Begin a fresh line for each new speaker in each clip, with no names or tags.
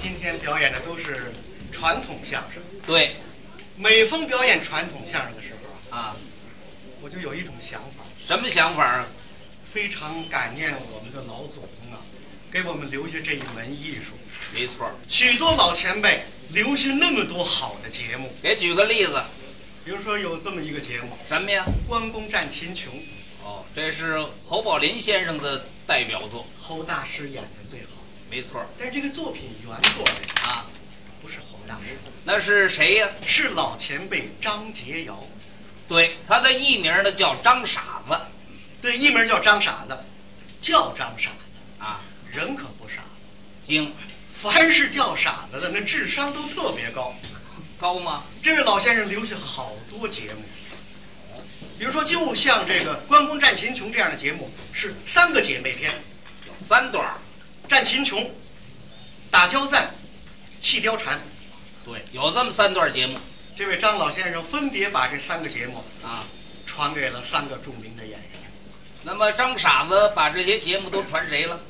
今天表演的都是传统相声。
对，
每逢表演传统相声的时候啊，
啊，
我就有一种想法，
什么想法啊？
非常感念我们的老祖宗啊，给我们留下这一门艺术。
没错儿，
许多老前辈留下那么多好的节目，
给举个例子，
比如说有这么一个节目
什么呀？
《关公战秦琼》，
哦，这是侯宝林先生的代表作，
侯大师演的最好，
没错儿
但是这个作品原作的
啊。
不是侯大师，
那是谁呀？
是老前辈张杰尧，
对，他的艺名呢叫张傻子
对，艺名叫张傻子，叫张傻子，
啊，
人可不傻。
精
凡是叫傻子的，那智商都特别高。
高吗？
这位老先生留下好多节目，比如说，就像这个《关公战秦琼》这样的节目，是三个姐妹篇：
有三段儿，
战秦琼、打交赞、戏貂蝉。
对，有这么三段节目
这位张老先生分别把这三个节目
啊。
传给了三个著名的演员。
那么张傻子把这些节目都传谁了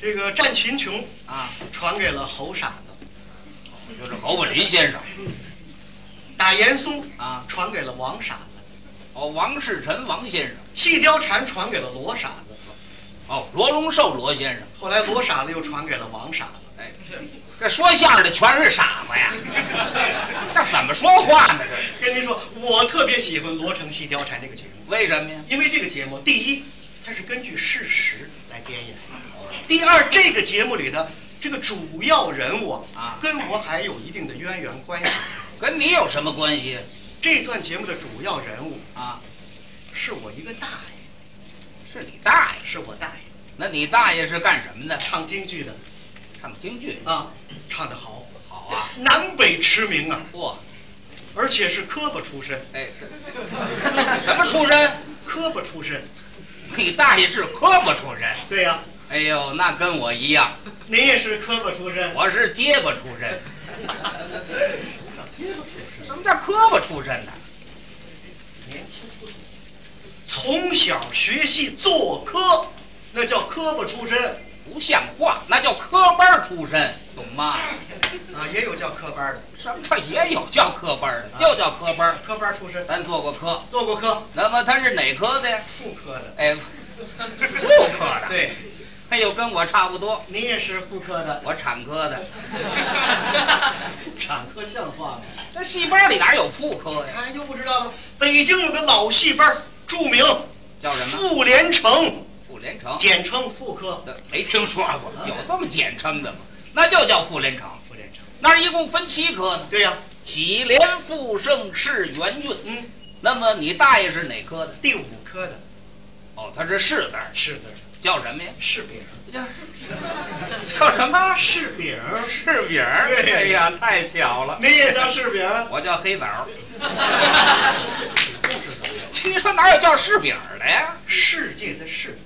这个战秦琼
啊？
传给了侯傻子，
就是侯宝林先生
打严嵩
啊，
传给了王傻子，
哦，王世臣王先生，
戏貂蝉传给了罗傻子，
哦，罗荣寿罗先生，
后来罗傻子又传给了王傻子。
哎，这说相声的全是傻子呀， 这怎么说话呢？这是
跟您说，我特别喜欢《罗成戏貂蝉》这个节目，
为什么呀？
因为这个节目，第一，它是根据事实来编演的；第二，这个节目里的这个主要人物
啊
跟我还有一定的渊源关系。
跟你有什么关系
这段节目的主要人物
啊？
是我一个大爷，
是你大爷，
是我大爷，
那你大爷是干什么的？
唱京剧的
唱京剧，
啊，唱得好，
好啊，
南北驰名啊，
嚯，
而且是科巴出身，
哎，什么出身？
科巴出身，
你大爷是科巴出身，
对呀、
哎呦，那跟我一样，
您也是科巴出 身，
我是结巴出身。什么叫科巴出身呢？
年轻，从小学习做科，那叫科巴出身
不像话，那叫科班出身，懂吗？
啊，也有叫科班的，
什么叫也有叫科班的，就叫科班。
科班出身，
咱做过科，
做过科，
那么他是哪科的呀？
副科的，
哎，妇科的。
对，
哎呦，跟我差不多，
您也是副科的，
我产科的。
产科像话吗？
这戏班里哪有妇科呀？
哎，又不知道了，北京有个老戏班儿，著名
叫什么？哦
傅连城，
妇联城。
简称傅科，
那没听说过，有这么简称的吗？那就叫妇联城。
傅连城，
那儿一共分七科呢，
对呀、
喜联复盛世元运。
嗯，
那么你大爷是哪科的？
第五科的
哦，他是士字儿，
柿子儿，
叫什么呀？
柿饼儿，
叫叫什么？
柿饼儿，
柿饼儿
对
哎呀，太巧了，
您也叫柿饼儿，
我叫黑枣儿。听说哪有叫柿饼儿的呀？
世界的世，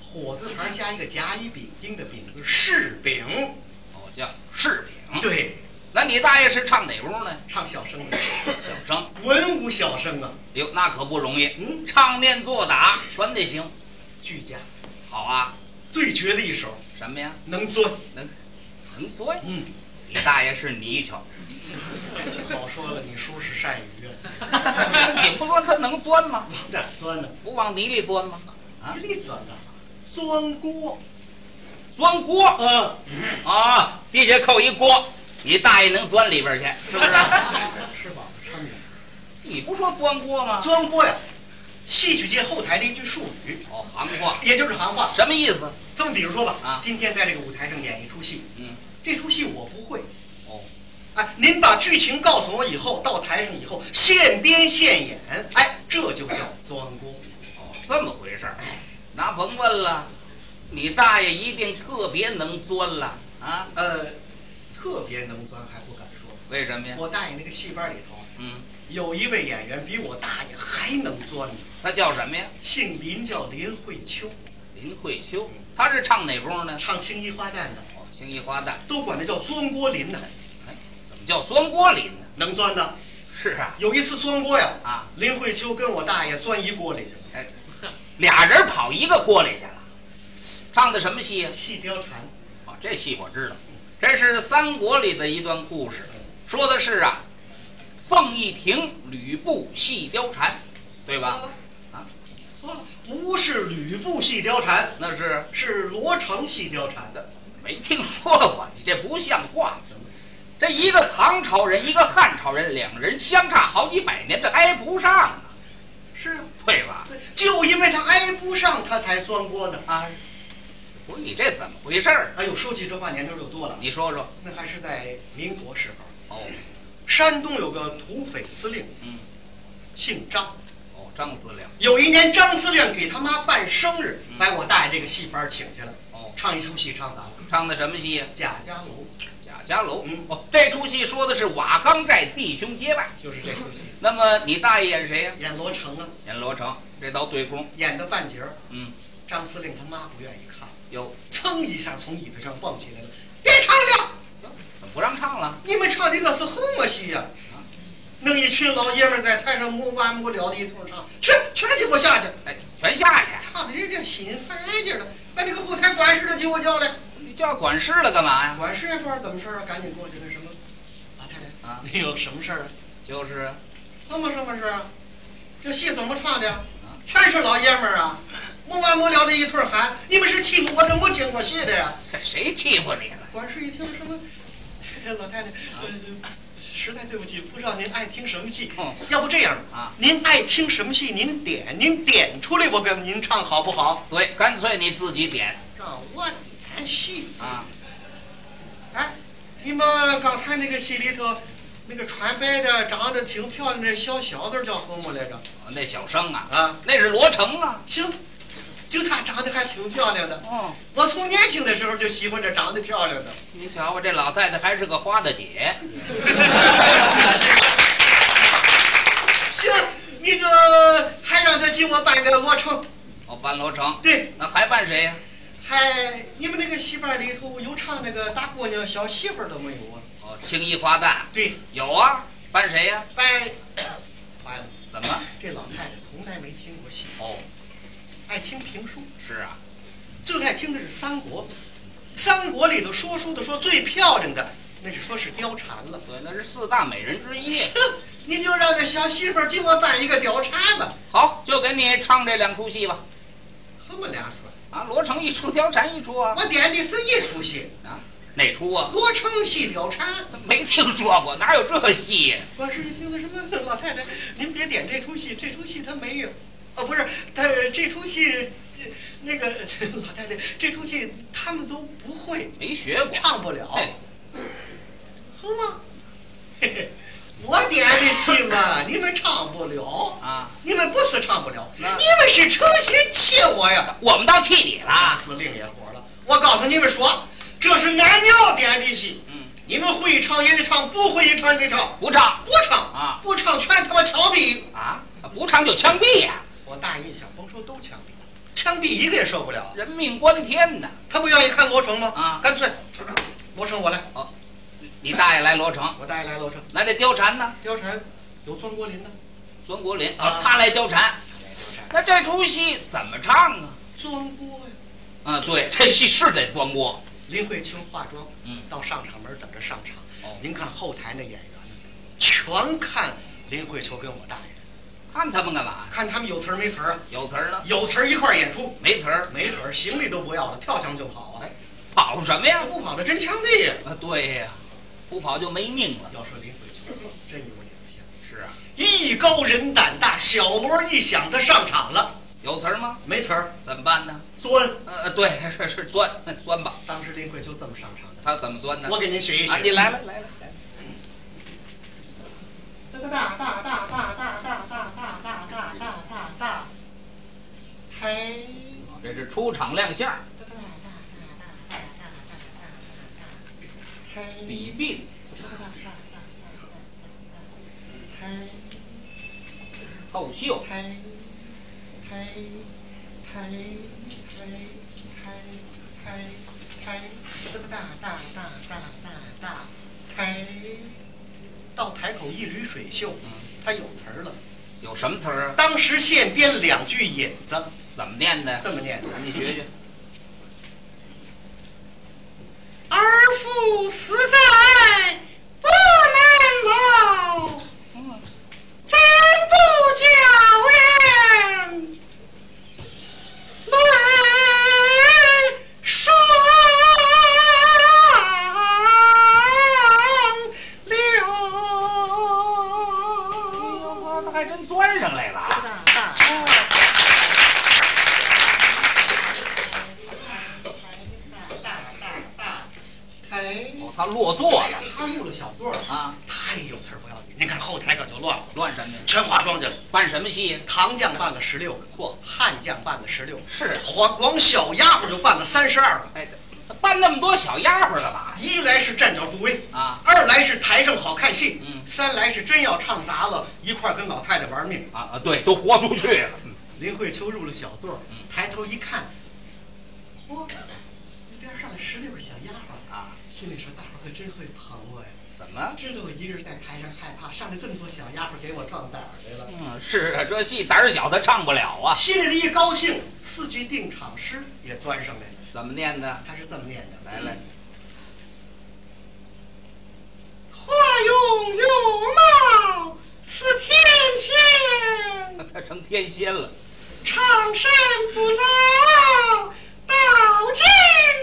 火字旁加一个甲乙丙丁的丙字，柿饼。
哦，叫柿饼。
对，
那你大爷是唱哪屋呢？
唱小生的，
小生。
文武小生啊，
哟，那可不容易，
嗯，
唱念做打全得行。
俱佳，
好啊，
最绝的一手，
什么呀？
能钻。
能能说呀？
嗯，
你大爷是泥鳅，
好说了，你叔是鳝鱼啊，
你不说他能钻吗？
往哪儿钻呢？
不往泥里钻吗？啊
一，粒钻干嘛？钻锅
钻锅
啊，
啊，地下扣一锅，你大爷能钻里边去， 是不 是？
吃饱了撑的。
你不说钻锅吗？
钻锅呀，戏曲界后台的一句术语，
哦，行话
也就是行话。
什么意思？
这么比如说吧，
啊
今天在这个舞台上演一出戏，
嗯，
这出戏我不会，
哦，
哎，您把剧情告诉我以后，到台上以后现编现演，哎，这就叫钻锅。
哦，这么回事儿，那甭问了，你大爷一定特别能钻了啊？
呃，特别能钻还不敢说，
为什么呀？
我大爷那个戏班里头
嗯，
有一位演员比我大爷还能钻呢，
他叫什么呀？
姓林，叫林慧秋，
林慧秋，他是唱哪工呢？
唱青衣花旦的，
哦，青衣花旦。
都管他叫钻锅林呢，
哎，怎么叫钻锅里呢？
能钻的。
是啊，
有一次钻锅呀，
啊，
林慧秋跟我大爷钻一锅里去了，
哎，俩人跑一个锅里去了，唱的什么戏呀？
戏貂蝉，
啊，这戏我知道，这是三国里的一段故事，说的是啊，凤翼亭、吕布戏貂蝉，对吧？？啊，
错了，不是吕布戏貂蝉，
那是
是罗成戏貂蝉。
那没听说过，你这不像话。这一个唐朝人，一个汉朝人，两人相差好几百年，这挨不上啊，
是啊，
对吧？
对，就因为他挨不上，他才酸锅呢。
啊，不是你这怎么回事儿？
哎呦，说起这话年头就多了，
你说说。
那还是在民国时候，
哦，
山东有个土匪司令，
嗯，
姓张。
哦，张司令，
有一年，张司令给他妈办生日，
嗯
把我大爷这个戏班请去了，
哦，
唱一出戏，唱砸了
唱的什么戏呀？
《贾家楼
贾家楼。
嗯
哦，这出戏说的是瓦岗寨弟兄结拜。》，
就是这出戏，
那么你大爷演谁呀、
演罗成啊，
演罗成，这倒对公。
演到半截儿，
嗯，
张司令他妈不愿意看，
哟，
噌一下从椅子上蹦起来了，别唱了，
怎么不让唱了？
你们唱的这是什么戏呀、弄一群老爷们儿在台上摸哇摸聊的一通唱，去，全给我下去，
哎，全下去！
唱的人这心烦劲儿了，把那个后台管事的给我叫来，
你叫管事了干嘛呀？
管事也不知道怎么事儿啊，赶紧过去那什么，老太太，
啊，
你有什么事儿啊？
就是
那么什么事啊？这戏怎么唱的呀
啊？
全是老爷们儿啊，没完没了的一通喊，你们是欺负我这没听过戏的呀？
谁欺负你了？
管事一听什么， 老太太，呃实在对不起，不知道您爱听什么戏。
嗯
要不这样
啊，
您爱听什么戏，您点，您点出来，我给您唱好不好？
对，干脆你自己点
让我点戏。
啊！
哎，你们刚才那个戏里头，那个穿白的、长得挺漂亮的小小子叫什么来着？
那小生啊，
啊，
那是罗成啊。
行，就她长得还挺漂亮的。
哦，
我从年轻的时候就喜欢这长得漂亮的。
你瞧我这老太太还是个花大姐。
行，你就还让他给我办个罗成。
哦，扮罗成，
对，
那还扮谁呀、
还你们那个戏班里头有唱那个大姑娘小媳妇儿的没有啊？
哦，青衣花旦
对，
有啊，扮谁呀、
拜。 完了，
怎么？
这老太太从来没听过戏，
哦，
爱听评书，
是啊，
最爱听的是三国。三国里头说书的说最漂亮的，那是说是貂蝉了。
对，那是四大美人之一。
哼，你就让那小媳妇儿给我办一个貂蝉吧。
好，就给你唱这两出戏吧。
他们俩说，
啊，罗成一出，貂蝉一出啊。
我点的是一出戏，
啊，哪出啊？
罗成戏貂蝉。
没听说过，哪有这戏呀？
我是一听的什么 老太太，您别点这出戏，这出戏他没有。哦，不是，他这出戏，这那个 老太太，这出戏他们都不会，
没学过。
唱不了，
哎，
哼吗？嘿嘿， 我点的戏嘛，你们唱不了，
啊，
你们不是唱不了，你
那啊
们是诚心气我呀！
我们倒气你
大
了。
司令也火了。我告诉你们说，这是俺娘点的戏，
嗯，
你们会唱也得唱，不会也唱也得唱，
不唱
不唱
啊
不唱全他妈枪毙！
啊，不唱就枪毙呀、
我大印象甭说都枪毙，枪毙一个也受不了。
人命关天呐！
他不愿意看罗成吗？
啊
干脆，罗成我来，
你大爷来罗成，
我大爷来罗成。
那这貂蝉呢？
貂蝉有孙国林呢，
孙国林
啊
哦他来貂
他
蝉。
来貂蝉。
那这出戏怎么唱啊？
装锅呀，
啊，对，这戏是得钻锅。
林慧清化妆，
嗯，
到上场门等着上场。
哦
您看后台那演员呢，全看林慧秋跟我大爷，
看他们干嘛？
看他们有词儿没词儿啊。
有词儿呢，
有词儿一块儿演出，
没词儿，
没词儿行李都不要了，跳墙就跑啊！
哎跑什么呀
要？不跑他真枪毙呀！
啊，对呀，不跑就没命了。
要说林慧秋，真有两下，
是啊，
艺高人胆大，小锣一响，他上场了，
有词儿吗？
没词儿，
怎么办呢？
钻。
呃，对，是是钻，钻 吧。
当时林慧秋这么上场的，
他怎么钻呢？
我给您学一学。
啊，你来了，来了，来了。
哒哒哒哒哒哒哒哒哒哒哒哒哒哒哒，抬
这是出场亮相，
哒哒哒哒哒哒哒哒哒，抬
李泌。
抬。
透秀，
开开开开开开开，哒哒哒哒哒哒哒，开。到台口一缕水袖，
嗯，
他有词儿了。
有什么词儿啊？
当时现编两句引子，
哎怎么念的呀？
这么念的：
你学学。
实在不能谋，真不叫人难双流。
哎他还真钻上来
哒
了啊！
哒哒。台
哦，他落座了
他录了小座了，
啊！
太有词儿不要紧。您看后台可就乱了，
乱什么呀？
全化妆去了。
办什么戏？
唐将办了十六个，
嚯，
汉将办了十六个，
是啊
黄光小丫鬟就办了三十二个。
哎，他搬那么多小丫鬟干嘛
一来是站脚助威，
啊
二来是台上好看戏，
嗯
三来是真要唱砸了，一块儿跟老太太玩命。
啊啊！对，都豁出去了。
林慧秋入了小座，
嗯
抬头一看，嚯，一边上十六个小丫鬟，
啊，
心里说大伙儿可真会捧我呀。
怎么？
知道我一个人在台上害怕，上来这么多小丫鬟给我壮胆儿来了。
嗯，是啊，这戏胆儿小，他唱不了啊。
心里的一高兴，四句定场诗也钻上来了。
怎么念的？
他是这么念的：
来来，
化用有貌似天仙，
他成天仙了。
长生不老到今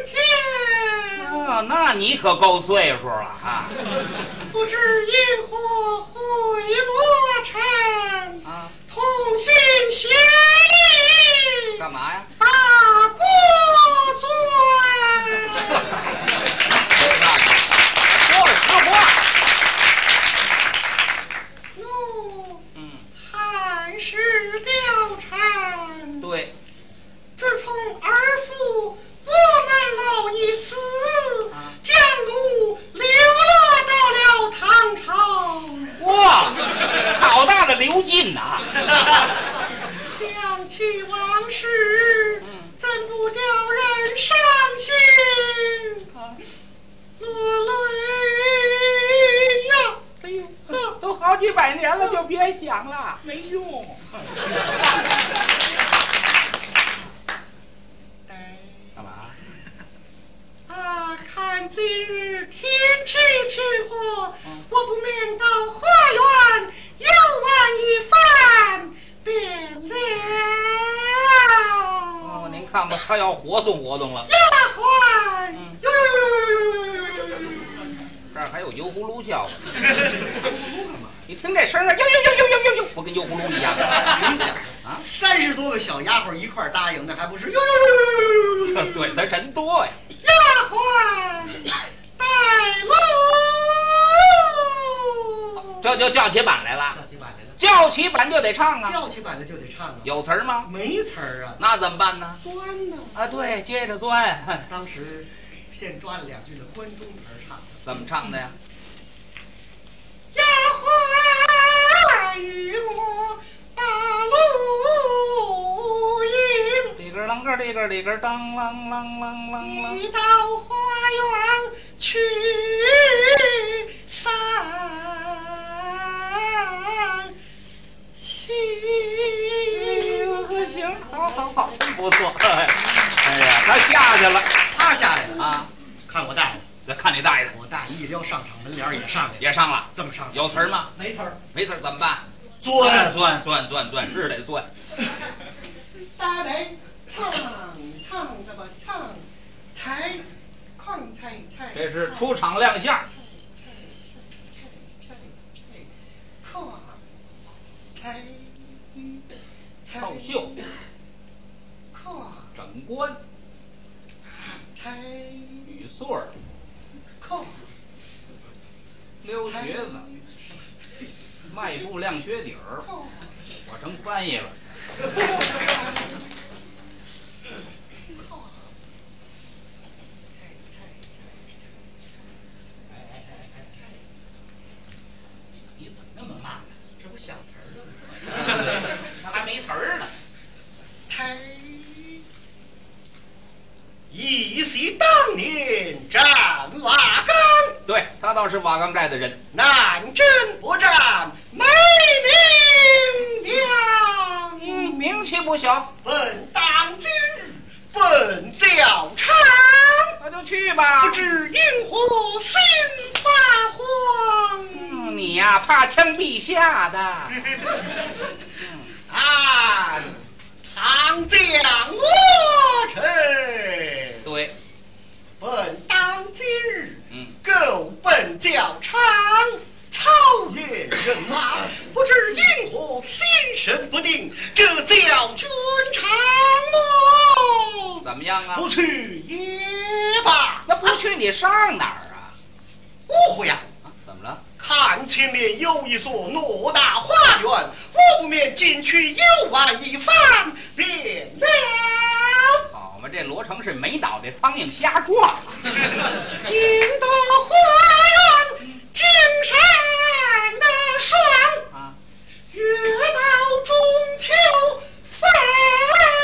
天。
啊，那你可够岁数了啊！
不知因何回罗缠，
啊，
同心协力
干嘛呀？
把锅
这
钻。
说了实话。
怒
嗯，
汉室貂蝉。
对，
自从儿父波曼老一死，江奴流落到了唐朝。
哇，好大的刘进呐、
想起往事，怎不叫人伤心？落泪呀！
哎呦， 都好几百年了，就别哎想了，没用。
干嘛？
啊，看今日天气晴和，我不免到花园游玩一番便了。
哦，您看吧，他要活动活动了。
呀欢，呦呦呦呦呦呦呦呦呦呦！
这儿还有油葫芦叫呢。你听这声儿啊，呦呦呦呦呦呦呦，不跟油葫芦一样 吗？
您想
啊
三十多个小丫鬟一块儿答应，那还不是哟哟哟哟哟哟哟？
对，他人多呀。
丫鬟带路，
这就叫起板来了，
叫起板来了，
叫起板就得唱啊。
叫起板来就得唱啊，
有词儿吗？
没词儿啊。
那怎么办呢？
钻呢？
啊，对，接着钻。
当时现抓了两句的关中词儿唱，
怎么唱的呀？
丫鬟与我把路引。
里根儿啷个儿里根儿里根儿当啷啷啷啷啷。
一到花园去散心。
不行，好好好。
真不错。哎呀，他下去了
他下来了，
啊！
看我大爷，
再看你大爷的，
我大爷一撩上场门帘儿也上来了，
也上了，
这么上
有词儿吗？
没词儿，
没词儿怎么办？
钻
钻钻钻钻，是得钻。
大雷唱唱着吧唱，才矿菜菜，
这是出场亮相，
矿才才
套袖
矿
整冠
才
雨穗儿
矿
溜鞋子，迈步亮靴底儿，
矿
我成翻译了。
矿菜菜菜菜菜菜。
你怎么那么慢呢？
这不想词儿了吗？
他还没词儿呢。
拆
一袭当年战瓦岗，
对他倒是瓦岗寨的人，
南征北战，
没明了，
嗯，名气不小。
本当今日
奔教场，
那就去吧
不。知因何心发慌。
嗯你呀、怕枪毙吓的。
俺唐将我臣，
对，
本当今日。
嗯，
狗奔教场，草野人马，不知因何心神不定，这教军长么？
怎么样啊？
不去也罢。
那不去你上哪儿啊？
呜呼呀！
啊，怎么了？
看前面有一座偌大花园，我不免进去游玩一番，便了。
好嘛，这罗成是没脑袋苍蝇瞎撞啊。
进得花园，精神的爽。
啊，
月到中秋分外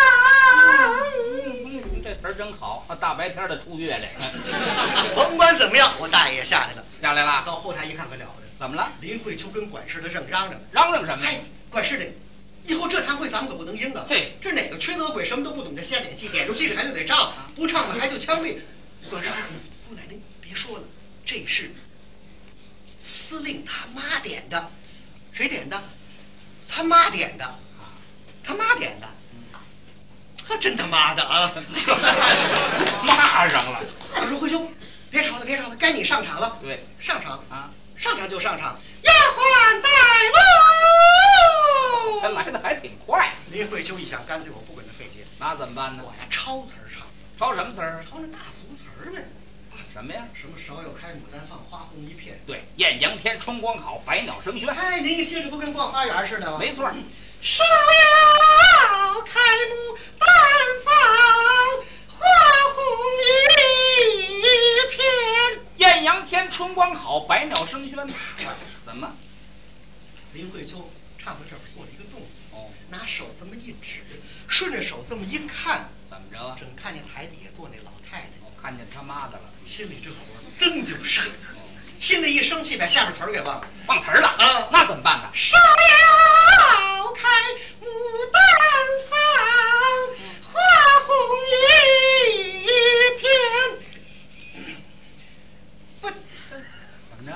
光。
嗯这词儿真好，啊大白天的出月亮。哎
甭管怎么样，我大爷下来了。啊
下来了，
到后台一看，可了不得，
怎么了？
林慧秋跟管事的正嚷嚷呢。
嚷嚷什么呀？
嗨，管事的，以后这堂会咱们可不能应啊！
嘿，
这哪个缺德鬼什么都不懂的瞎点戏，点出戏里还就得唱，不唱了还就枪毙。管事的，姑奶奶别说了，这是司令他妈点的，谁点的？他妈点的，他妈点的，他真他妈的啊！
骂上了。
我说慧兄，别吵了，别吵了，该你上场了，
对
上场，
啊，
上场就上场。
丫鬟带路，
他来的还挺快。
林慧秋一想，干脆我不跟他费劲，
那怎么办呢
我？还抄词儿唱。
抄什么词儿？
抄那大俗词儿呗，
什么呀？
什么芍药开，牡丹放，花红一片。
对，艳阳天，春光好，百鸟声喧。
哎，您一听这不跟逛花园似的吗？
没错儿，
芍药啊开牡丹芳，花红一片。
艳阳天，春光好，百鸟声喧。怎么？
林慧秋唱到这儿做了一个动作，
哦，
拿手这么一指，顺着手这么一看，
怎么着啊？
正看见台底下坐那老太太，
我看见他妈的了，
心里这火噔就上来了，心里一生气，把下边词儿给忘了。
忘词儿了
啊
那怎么办呢？
芍药开，牡丹芳，花红一片。
怎么着？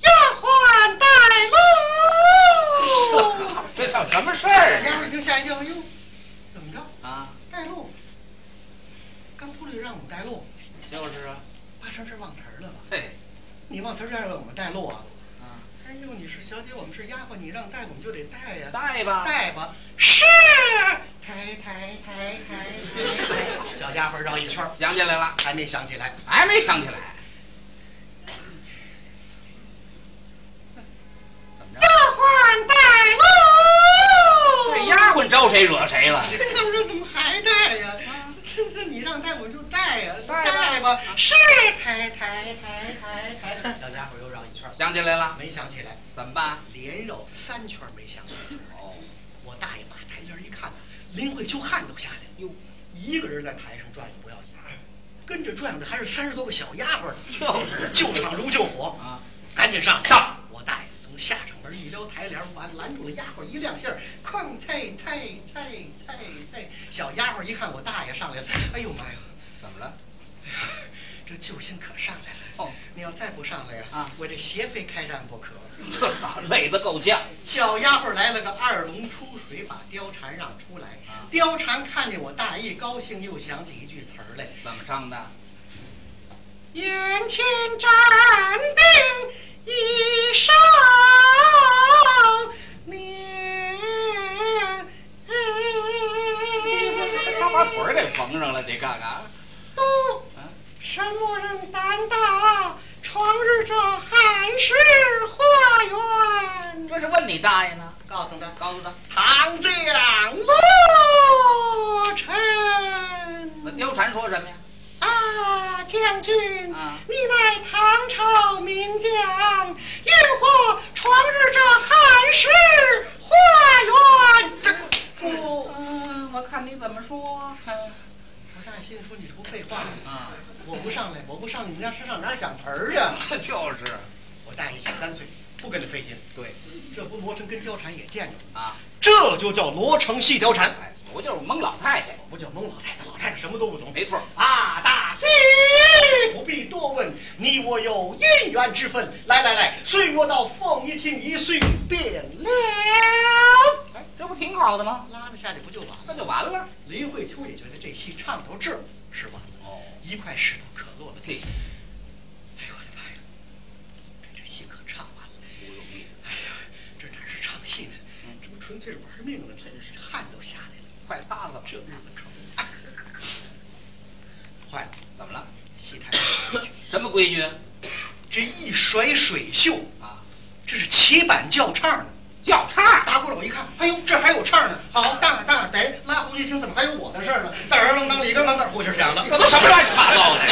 丫鬟带路，
这叫什么事
小
儿
丫头一听吓一跳，哎哎呦，怎么着？
啊？
带路？刚出来就让我们带路，
就是啊，
八成是忘词儿了吧？
嘿，
你忘词儿让我们带路啊？
啊，
哎呦，你是小姐，我们是丫鬟，你让带我们就得带呀、
带吧。
带吧。
是抬抬抬抬抬。
小家伙绕一圈儿，
想起来了，
还没想起来。
还没想起来。怎么着
丫？鬟带路，
这丫鬟招谁惹谁了？
这 我说怎么还带呀？这这你让带我就带呀，
带吧
带吧。
是抬抬抬抬抬。
小家伙又绕一圈儿，
想起来了，
没想起来，
怎么办？
连绕三圈儿没想起来。
哦，
我大爷把台阶儿一看，林慧秋汗都下来了。
哟，
一个人在台上转悠不要紧，啊跟着转悠的还是三十多个小丫鬟呢。
就是
救场如救火，
啊，
赶紧上
上！
我大爷从下场门一撩台帘，完拦住了丫鬟一亮相，哐菜菜菜菜菜。小丫鬟一看我大爷上来了，哎呦妈呀，
怎么了？
这救星可上来了！
哦，
你要再不上来呀、
啊
我这邪非开战不可。
这好 累得够呛。
小丫鬟来了个二龙出水，把貂蝉让出来
啊。
貂蝉看见我大爷高兴，又想起一句词儿来。
怎么唱的？
眼前站定一少年。
他把腿儿给缝上了，你看看啊。
都
啊
什么人胆大，闯入这汉室花园？
这是问你大爷呢，
告诉他，
告诉他，
唐将落
那
成
貂蝉说什么呀？
啊，将军，
啊
你乃唐朝名将，因何闯入这汉室花园？这
不，
嗯，我看你怎么说。
我大爷心里说你这不废话吗？
啊，
我不上来，我不上，你们家是上哪儿想词儿去？
这就是
我大爷想干脆，不跟他费劲。
对
这不罗成跟貂蝉也见着了吗，
啊，
这就叫罗成戏貂蝉。
哎，我就是蒙老太太，
我不叫蒙老太太，老太太什么都不懂。
没错。
啊，大西不必多问，你我有姻缘之分。来来来，随我到凤仪厅一叙便了。
哎，这不挺好的吗？
拉得下去不就完了？
那就完了。
林慧秋也觉得这戏唱到这儿是完了，
哦，
一块石头可落了地。
嘿，
哎呦我的妈呀，这戏可唱完了。
不容易，
哎呀，这哪是唱戏呢？这不纯粹是玩命呢，真是汗都下来了。
快擦擦吧。
这日子可坏了，
怎么了？
戏台上
什么规矩
这一甩水袖，
啊？
这是齐板叫唱呢。
叫叉。
大郭老一看，哎呦，这还有唱呢！好，大大得拉回去听，怎么还有我的事儿呢？当儿啷当里个啷当，胡琴响了。
这都什么乱七八糟的？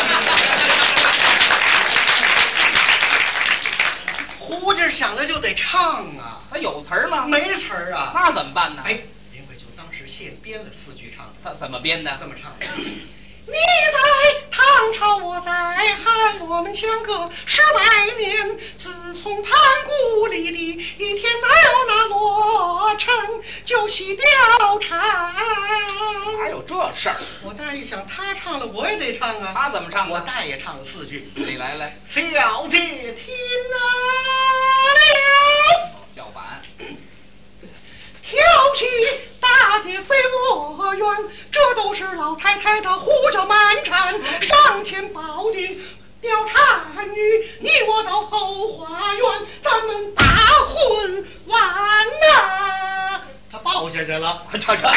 胡琴响了就得唱啊，
他有词儿吗？
没词儿啊。
那怎么办呢？
哎，林慧秋当时现编了四句唱的，
他怎么编的？
这么唱的。
你在唐朝，我在汉，我们相隔十百年。自从盘古里的一天到那罗成就喜貂蝉。
哪有这事儿？
哎我大一想，他唱了我也得唱啊。
他怎么唱
我
的？
大爷唱了四句，
你来来，
小姐听啊了。
哦叫板。
挑起大姐非我冤，这都是老太太的胡搅蛮缠。上前保定貂蝉女，你我到后花园，咱们把婚完呐、
他抱下去了。
这这，